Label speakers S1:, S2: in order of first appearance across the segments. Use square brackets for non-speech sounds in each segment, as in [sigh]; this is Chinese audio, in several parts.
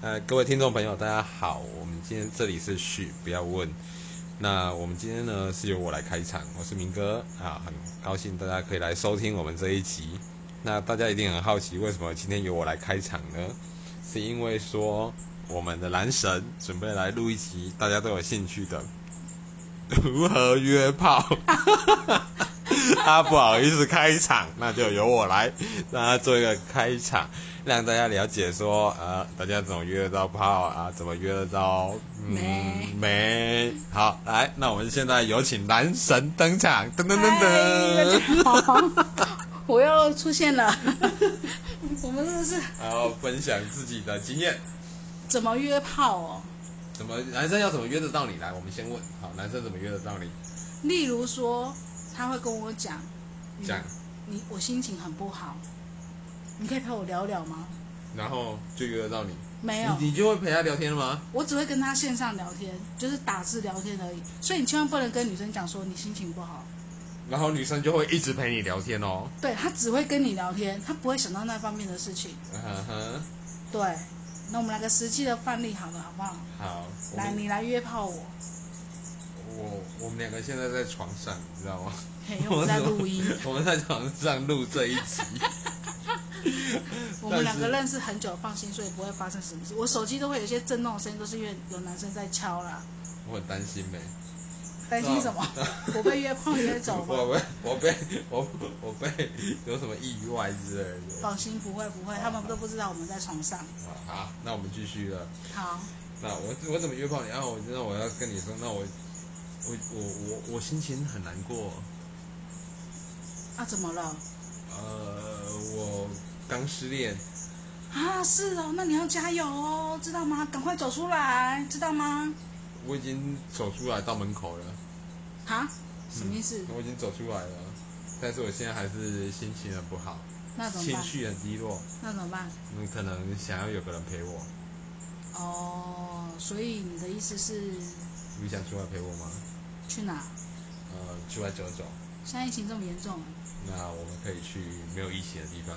S1: 呃，各位听众朋友，大家好，我们今天这里是旭，不要问。那我们今天呢是由我来开场，我是明哥啊，很高兴大家可以来收听我们这一集。那大家一定很好奇，为什么今天由我来开场呢？是因为说我们的男神准备来录一集大家都有兴趣的如何约炮。他不好意思开场，那就由我来让他做一个开场，让大家了解说，呃，大家怎么约得到炮啊，怎么约得到
S2: 没
S1: 嗯没好，来，那我们现在有请男神登场，噔噔噔
S2: 嗨
S1: 噔。
S2: 大家 [laughs] 好，我又出现了。 [laughs] 我们真的是
S1: 然后分享自己的经验，
S2: 怎么约炮哦？
S1: 怎么男生要怎么约得到你来？我们先问，好，男生怎么约得到你？
S2: 例如说，他会跟我讲，
S1: 讲，
S2: 你我心情很不好，你可以陪我聊聊吗？
S1: 然后就约得到你，
S2: 没有，
S1: 你你就会陪他聊天了吗？
S2: 我只会跟他线上聊天，就是打字聊天而已。所以你千万不能跟女生讲说你心情不好，
S1: 然后女生就会一直陪你聊天哦。
S2: 对他只会跟你聊天，他不会想到那方面的事情。
S1: 嗯哼，
S2: 对，那我们来个实际的范例好了，好不好？
S1: 好，我
S2: 来，
S1: 们
S2: 你来约炮我，
S1: 我我们两个现在在床上，你知道吗？
S2: 嘿，因为我们在录音。
S1: [laughs] 我们在床上录这一集，
S2: 我们两个认识很久，放心，所以不会发生什么事。我手机都会有一些震动的声音，都是因为有男生在敲啦。
S1: 我很担心呗。
S2: 担心什么？
S1: 啊
S2: 我被约炮约走吗？
S1: [laughs] 我被我被我我被有什么意外之类的。
S2: 放心，不会不
S1: 啊
S2: 会，他们都不知道我们在床上。
S1: 好好，那我们继续了。
S2: 好，
S1: 那我我怎么约炮你？然、后我知道我要跟你说，那我我我我我心情很难过。
S2: 啊，怎么了？
S1: 呃，我刚失恋，
S2: 啊，是哦，那你要加油哦，知道吗？赶快走出来，知道吗？
S1: 我已经走出来到门口了，嗯
S2: 啊，什么意思？
S1: 我已经走出来了，但是我现在还是心情很不好，
S2: 那怎么
S1: 情
S2: 办？
S1: 绪很低落。
S2: 那怎么办？
S1: 你可能想要有个人陪我，
S2: 哦，所以你的意思是
S1: 你想出来陪我吗？
S2: 去哪？
S1: 呃，出来走走，
S2: 现在疫情这么严重，
S1: 那我们可以去没有疫情的地方，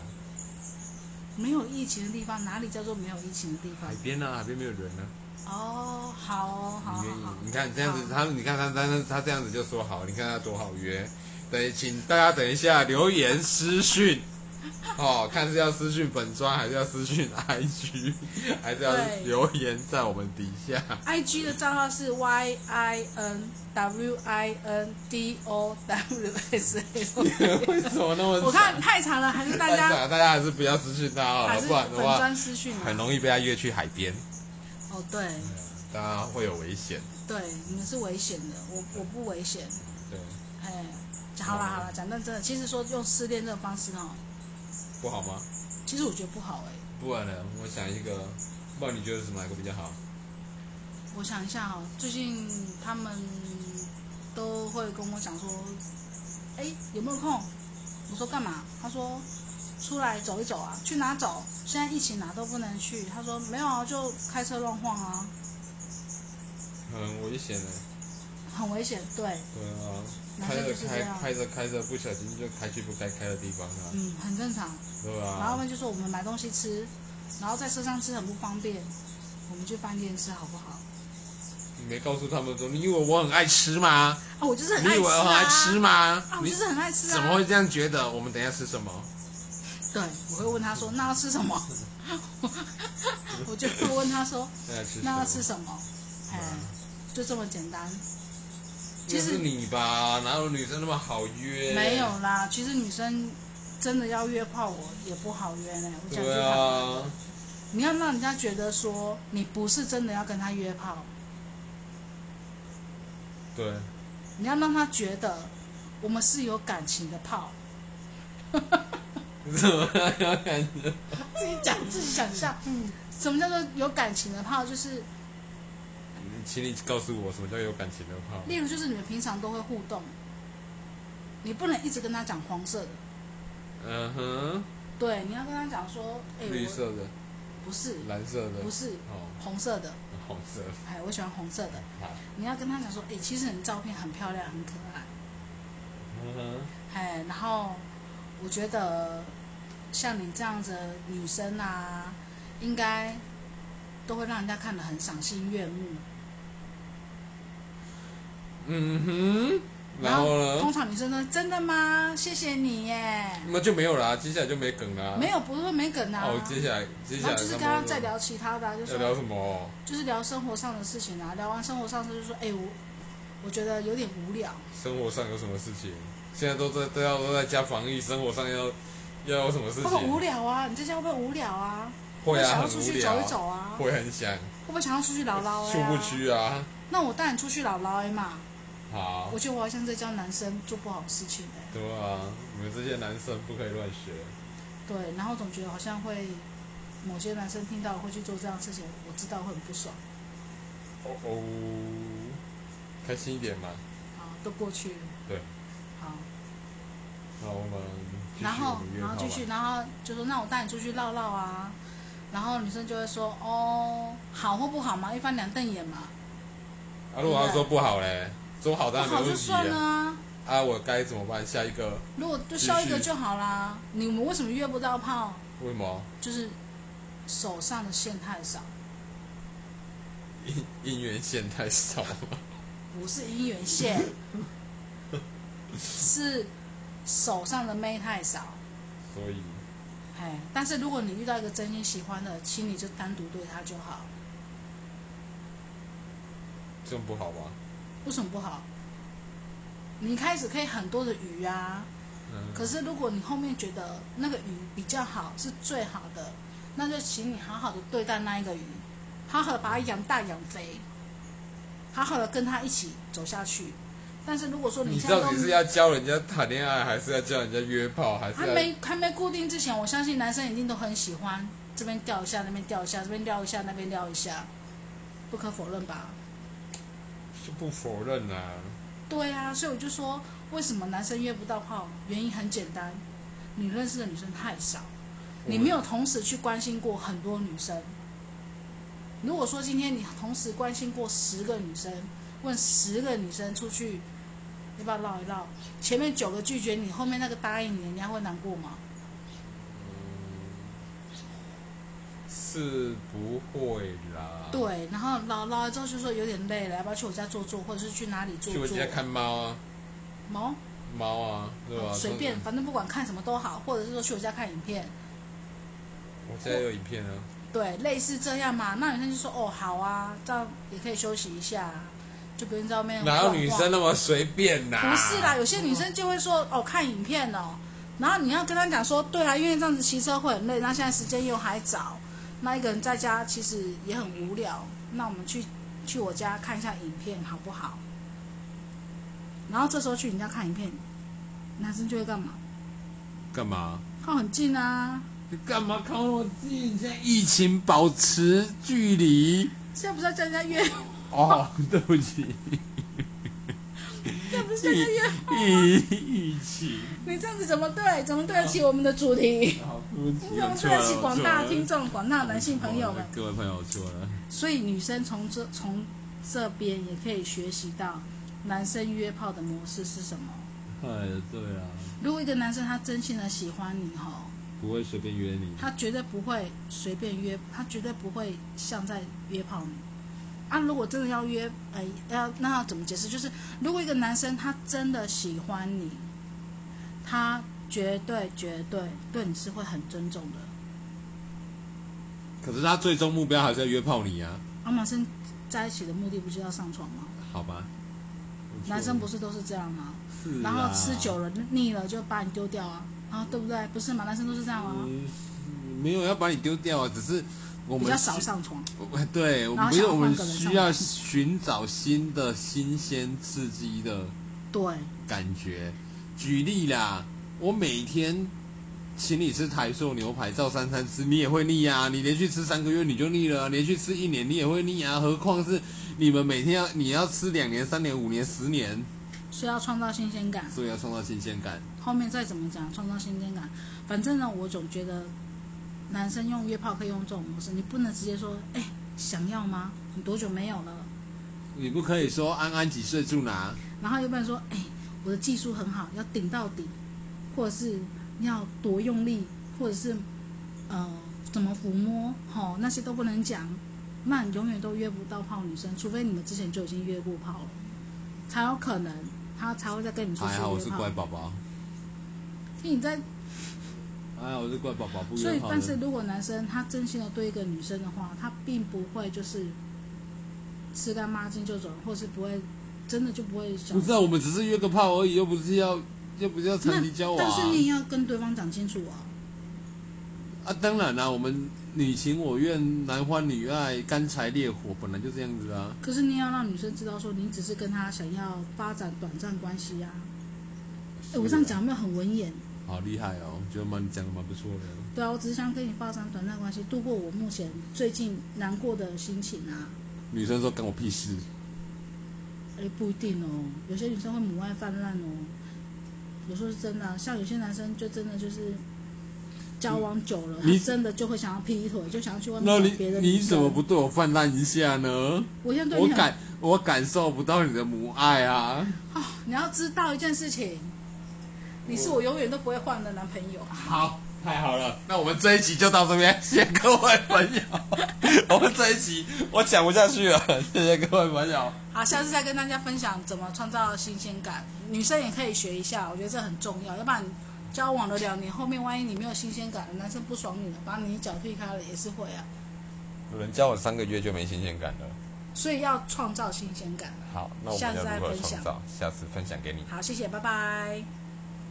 S2: 没有疫情的地方，哪里叫做没有疫情的地方
S1: 海？边啊，海边没有人啊，
S2: 哦，好哦，好好
S1: 你愿意
S2: 好？。
S1: 你看这样子，
S2: 好
S1: 他你看他他他这样子就说好，你看他多好约。等，请大家等一下留言私
S2: [laughs]
S1: 讯，哦，看是要私讯本专 [laughs] 还是要私讯 IG，还是要
S2: 对
S1: 留言在我们底
S2: [laughs]
S1: 下。
S2: I G 的账号是 Y I N W I N D O W S A。
S1: 为什么那么长？
S2: 我看太长了，还是大家
S1: 大家还是不要私讯他好
S2: 还
S1: 了，
S2: 是
S1: 不然
S2: 粉
S1: 的话
S2: 专私讯啊
S1: 很容易被他约去海边。
S2: 哦，对
S1: 当然会有危险。
S2: 对，你们是危险的，我我不危险。
S1: 对，
S2: 哎，好啦好啦，讲认真的，其实说用失恋这种方式哦，
S1: 不好吗？
S2: 其实我觉得不好哎。
S1: 不然呢？我想一个，不然你觉得什么哪个比较好？
S2: 我想一下哦，最近他们都会跟我讲说，哎，有没有空？我说干嘛？他说出来走一走啊，去哪走？现在疫情哪都不能去。他说没有啊，就开车乱晃啊，
S1: 很危险欸的，
S2: 很危险。对，
S1: 对啊，
S2: 男
S1: 开
S2: 生
S1: 着
S2: 就是这
S1: 开
S2: 样，
S1: 开着开着，不小心就开去不该开的地方了，
S2: 嗯，很正常。
S1: 对啊吧、
S2: 然后他们就说我们买东西吃，然后在车上吃很不方便，我们去饭店吃好不好？
S1: 你没告诉他们说，你以为我很爱吃
S2: [laughs]
S1: 吗？
S2: 啊，我就是很
S1: 你以
S2: 爱
S1: 为我很爱吃
S2: 吃啊。
S1: 吗？
S2: 啊，我
S1: 你
S2: 就是很爱吃啊！
S1: 怎么会这样觉得？我们等一下吃什么？
S2: 对，我会问他说：“那要吃什么？” [laughs] 我就会问他说
S1: 那要吃：“
S2: 那要
S1: 什
S2: 吃
S1: 么？
S2: 什么？”
S1: 啊
S2: 哎，就这么简单。
S1: 就
S2: 其实
S1: 是你吧，哪有女生那么好约？
S2: 没有啦，其实女生真的要约炮，我也不好约呢。我讲句
S1: 对
S2: 坦白的，
S1: 啊，
S2: 你要让人家觉得说你不是真的要跟他约炮，
S1: 对，啊
S2: 你要让他觉得我们是有感情的炮。
S1: 怎么要感觉？
S2: 自己讲自己想象，嗯，什么叫做有感情的炮？就是
S1: 你 [laughs] 请你告诉我什么叫有感情的炮？
S2: 例如就是你们平常都会互动，你不能一直跟他讲黄色的。
S1: 嗯哼，
S2: 对，你要跟他讲说，哎、
S1: 绿
S2: 我
S1: 色的、
S2: 不是
S1: 蓝色的
S2: 不、是
S1: 哦，
S2: 红色的，
S1: 红色的。
S2: 哎，我喜欢红色的。
S1: 好，
S2: 你要跟他讲说，哎、其实你照片很漂亮，很可爱，
S1: 嗯哼，
S2: 哎，然后我觉得像你这样子的女生啊，应该都会让人家看得很赏心悦目。
S1: 嗯哼，然后呢？
S2: 通常女生呢，真的吗？谢谢你耶，
S1: 那就没有啦，接下来就没梗啦。
S2: 没有不是没梗啊。
S1: 啊哦，接下来接下
S2: 然
S1: 来
S2: 后就是
S1: 他
S2: 跟
S1: 们
S2: 他再聊其他的、啊，就
S1: 要
S2: 说
S1: 聊什么？
S2: 就是聊生活上的事情啊，聊完生活上的事就说，哎、我我觉得有点无聊，
S1: 生活上有什么事情？现在都在都要都在家防疫，生活上要要有什么事
S2: 会不会无
S1: 情？
S2: 聊啊？你在家会不会无聊啊？
S1: 会
S2: 想
S1: 啊，
S2: 要
S1: 很
S2: 出
S1: 无
S2: 去走
S1: 聊
S2: 一
S1: 啊，
S2: 走啊？会
S1: 会很想
S2: 不会想要出去唠唠
S1: 出
S2: 呀、
S1: 不去啊。
S2: 那我带你出去唠唠哎嘛，
S1: 好，
S2: 我觉得我好像在教男生做不好的事情哎、
S1: 对啊，你们这些男生不可以乱学。
S2: 对，然后总觉得好像会某些男生听到会去做这样的事情，我知道会很不爽，
S1: 哦哦，开心一点嘛。
S2: 好，啊都过去了，
S1: 对，
S2: 好，
S1: 那我们继续
S2: 然后
S1: 我们约
S2: 然
S1: 炮
S2: 后继
S1: 吧
S2: 续，然后就说那我带你出去唠唠啊，然后女生就会说哦，好或不好嘛，一翻两瞪眼嘛，
S1: 啊，如果他说不好嘞，说好
S2: 不
S1: 当然
S2: 好
S1: 没问
S2: 就
S1: 题
S2: 算了
S1: 啊。
S2: 啊，
S1: 啊，我该怎么办？下一个
S2: 如果就笑一个
S1: 继续
S2: 就好啦。你们为什么约不到炮？
S1: 为什么
S2: 就是手上的线太少，
S1: 姻姻缘线太少了？
S2: 不是姻缘线，是手上的妹太少。
S1: 所以
S2: 哎，但是如果你遇到一个真心喜欢的，请你就单独对他就好，
S1: 这样不好吧？
S2: 为什么不好？你一开始可以很多的鱼啊，
S1: 嗯，
S2: 可是如果你后面觉得那个鱼比较好，是最好的，那就请你好好的对待那一个鱼，好好的把它养大养肥，好好的跟它一起走下去。但是如果说
S1: 嗯你
S2: 现在
S1: 到
S2: 都
S1: 底是要教人家谈恋爱，还是要教人家约炮，还是
S2: 还
S1: 要
S2: 没还没固定之前，我相信男生一定都很喜欢这边钓一下，那边钓一下，这边钓一下，那边钓一下，不可否认吧？
S1: 是不否认啊？
S2: 对啊，所以我就说，为什么男生约不到炮？原因很简单，你认识的女生太少，你没有同时去关心过很多女生。如果说今天你同时关心过十个女生，问十个女生出去要不要唠一唠，前面九个拒绝你，后面那个答应你，人家会难过吗？
S1: 是不会啦。，
S2: 对，然后唠唠了之后就说有点累了，要不要去我家坐坐，或者是去哪里坐
S1: 去我
S2: 坐
S1: 家？看猫啊，
S2: 毛
S1: 猫啊，对吧？
S2: 随便，。反正不管看什么都好，或者是说去我家看影片。
S1: 我家有一片啊，
S2: 对，类似这样嘛。那女生就说：“哦，好啊，这样也可以休息一下啊，就不用在外面晃
S1: 哪
S2: 晃。”
S1: 有女生那么随便呐、
S2: 不是啦，有些女生就会说：“哦，看影片哦。”然后你要跟她讲说：“对啊，因为这样子骑车会很累，那现在时间又还早，那一个人在家其实也很无聊，那我们去去我家看一下影片好不好？”然后这时候去你家看影片，男生就会干嘛？
S1: 干嘛？
S2: 靠很近啊，
S1: 你干嘛靠我近？现在疫情保持距离。
S2: 现在不是要叫人家约，
S1: 哦， [laughs] 对不起，
S2: 现在不是叫人家约，
S1: 疫疫情。
S2: 你这样子怎么对？怎么对得起我们的主题？
S1: 好，对不起，
S2: 我
S1: 我
S2: 们
S1: 错
S2: 对得
S1: 了，
S2: 起
S1: 我
S2: 广
S1: 错啊
S2: 大
S1: 了
S2: 听众、广大男性朋友们。
S1: 哎各位朋友，我错了。
S2: 所以女生从这从这边也可以学习到男生约炮的模式是什么。
S1: 哎，对啊，
S2: 如果一个男生他真心的喜欢你吼，
S1: 不会随便约你。
S2: 他绝对不会随便约，他绝对不会像在约炮你。啊，如果真的要约，呃，要那要怎么解释？就是如果一个男生他真的喜欢你，他绝对绝对对你是会很尊重的。
S1: 可是他最终目标还是要约炮你啊，
S2: 阿马生在一起的目的不就是要上床吗？
S1: 好吧？
S2: 男生不是都是这样吗？
S1: 是啊
S2: 然后吃啊久了腻了就把你丢掉啊，啊对不对？不是嘛，男生都是这样啊，
S1: 嗯没有要把你丢掉啊，只是我
S2: 比
S1: 们
S2: 较少
S1: 需
S2: 上床。
S1: 我对，我
S2: 然
S1: 们不是
S2: 后想要
S1: 我们
S2: 换个人
S1: 需
S2: 上
S1: 要
S2: 班
S1: 寻找新的、新鲜、刺激的
S2: 对，
S1: 感觉。举例啦，我每天请你吃台塑牛排，照三餐吃，你也会腻啊。你连续吃三个月你就腻了啊、连续吃一年你也会腻啊。何况是你们每天要你要吃两年、三年、五年、十年，
S2: 所以要创造新鲜感。
S1: 所以要创造新鲜感。
S2: 后面再怎么讲创造新鲜感，反正呢，我总觉得男生用约炮可以用这种模式，你不能直接说，哎，想要吗？你多久没有了？
S1: 你不可以说安安几岁住哪，
S2: 然后又不能说，哎，我的技术很好，要顶到底，或者是你要多用力，或者是呃怎么抚摸，吼、那些都不能讲。那你永远都约不到泡女生，除非你们之前就已经约过泡了，才有可能他才会再跟你出去
S1: 还好我是
S2: 约
S1: 乖宝
S2: 炮。
S1: 宝，
S2: 听你在，
S1: 还哎好我是乖宝宝，不
S2: 所
S1: 约
S2: 以
S1: 炮
S2: 但是
S1: 的。
S2: 如果男生他真心的对一个女生的话，他并不会就是吃干抹净就走，或是不会真的就不会想
S1: 不是啊，我们只是约个炮而已，又不是要又不是要长期交往
S2: 但是
S1: 啊。
S2: 你也要跟对方讲清楚啊。
S1: 啊，当然啦、我们你情我愿，男欢女爱，干柴烈火，本来就这样子啊。
S2: 可是你也要让女生知道说，你只是跟他想要发展短暂关系啊。哎，我这样讲有没有很文言？
S1: 好厉害哦，觉得蛮你讲的蛮不错的。
S2: 对啊，我只是想跟你发展短暂关系，度过我目前最近难过的心情啊。
S1: 女生说干我屁事，
S2: 哎，不一定哦，有些女生会母爱泛滥哦，有时候是真的啊、像有些男生就真的就是交往久了，
S1: 你
S2: 他真的就会想要劈腿，就想要去外
S1: 那
S2: 面
S1: 你
S2: 找别的
S1: 你
S2: 女
S1: 怎
S2: 生
S1: 么不？对我泛滥一下呢？
S2: 我现在对
S1: 我
S2: 你很
S1: 感我感受不到你的母爱啊！
S2: 哦，你要知道一件事情，你是我永远都不会换的男朋友。
S1: 好，太好了，那我们这一集就到这边，谢谢各位朋
S2: [laughs]
S1: 友。我们这一集我讲不下去了，谢谢各位朋友。
S2: 好，下次再跟大家分享怎么创造新鲜感，女生也可以学一下，我觉得这很重要，要不然交往了两年，后面万一你没有新鲜感，男生不爽你了，把你一脚踢开了也是会啊，
S3: 有人交往三个月就没新鲜感了。
S2: 所以要创造新鲜感。
S3: 好，那我
S2: 下
S3: 们
S2: 次
S3: 要
S2: 再
S3: 如何
S2: 分享
S3: 创造？下次分享给你。
S2: 好，谢谢，拜拜。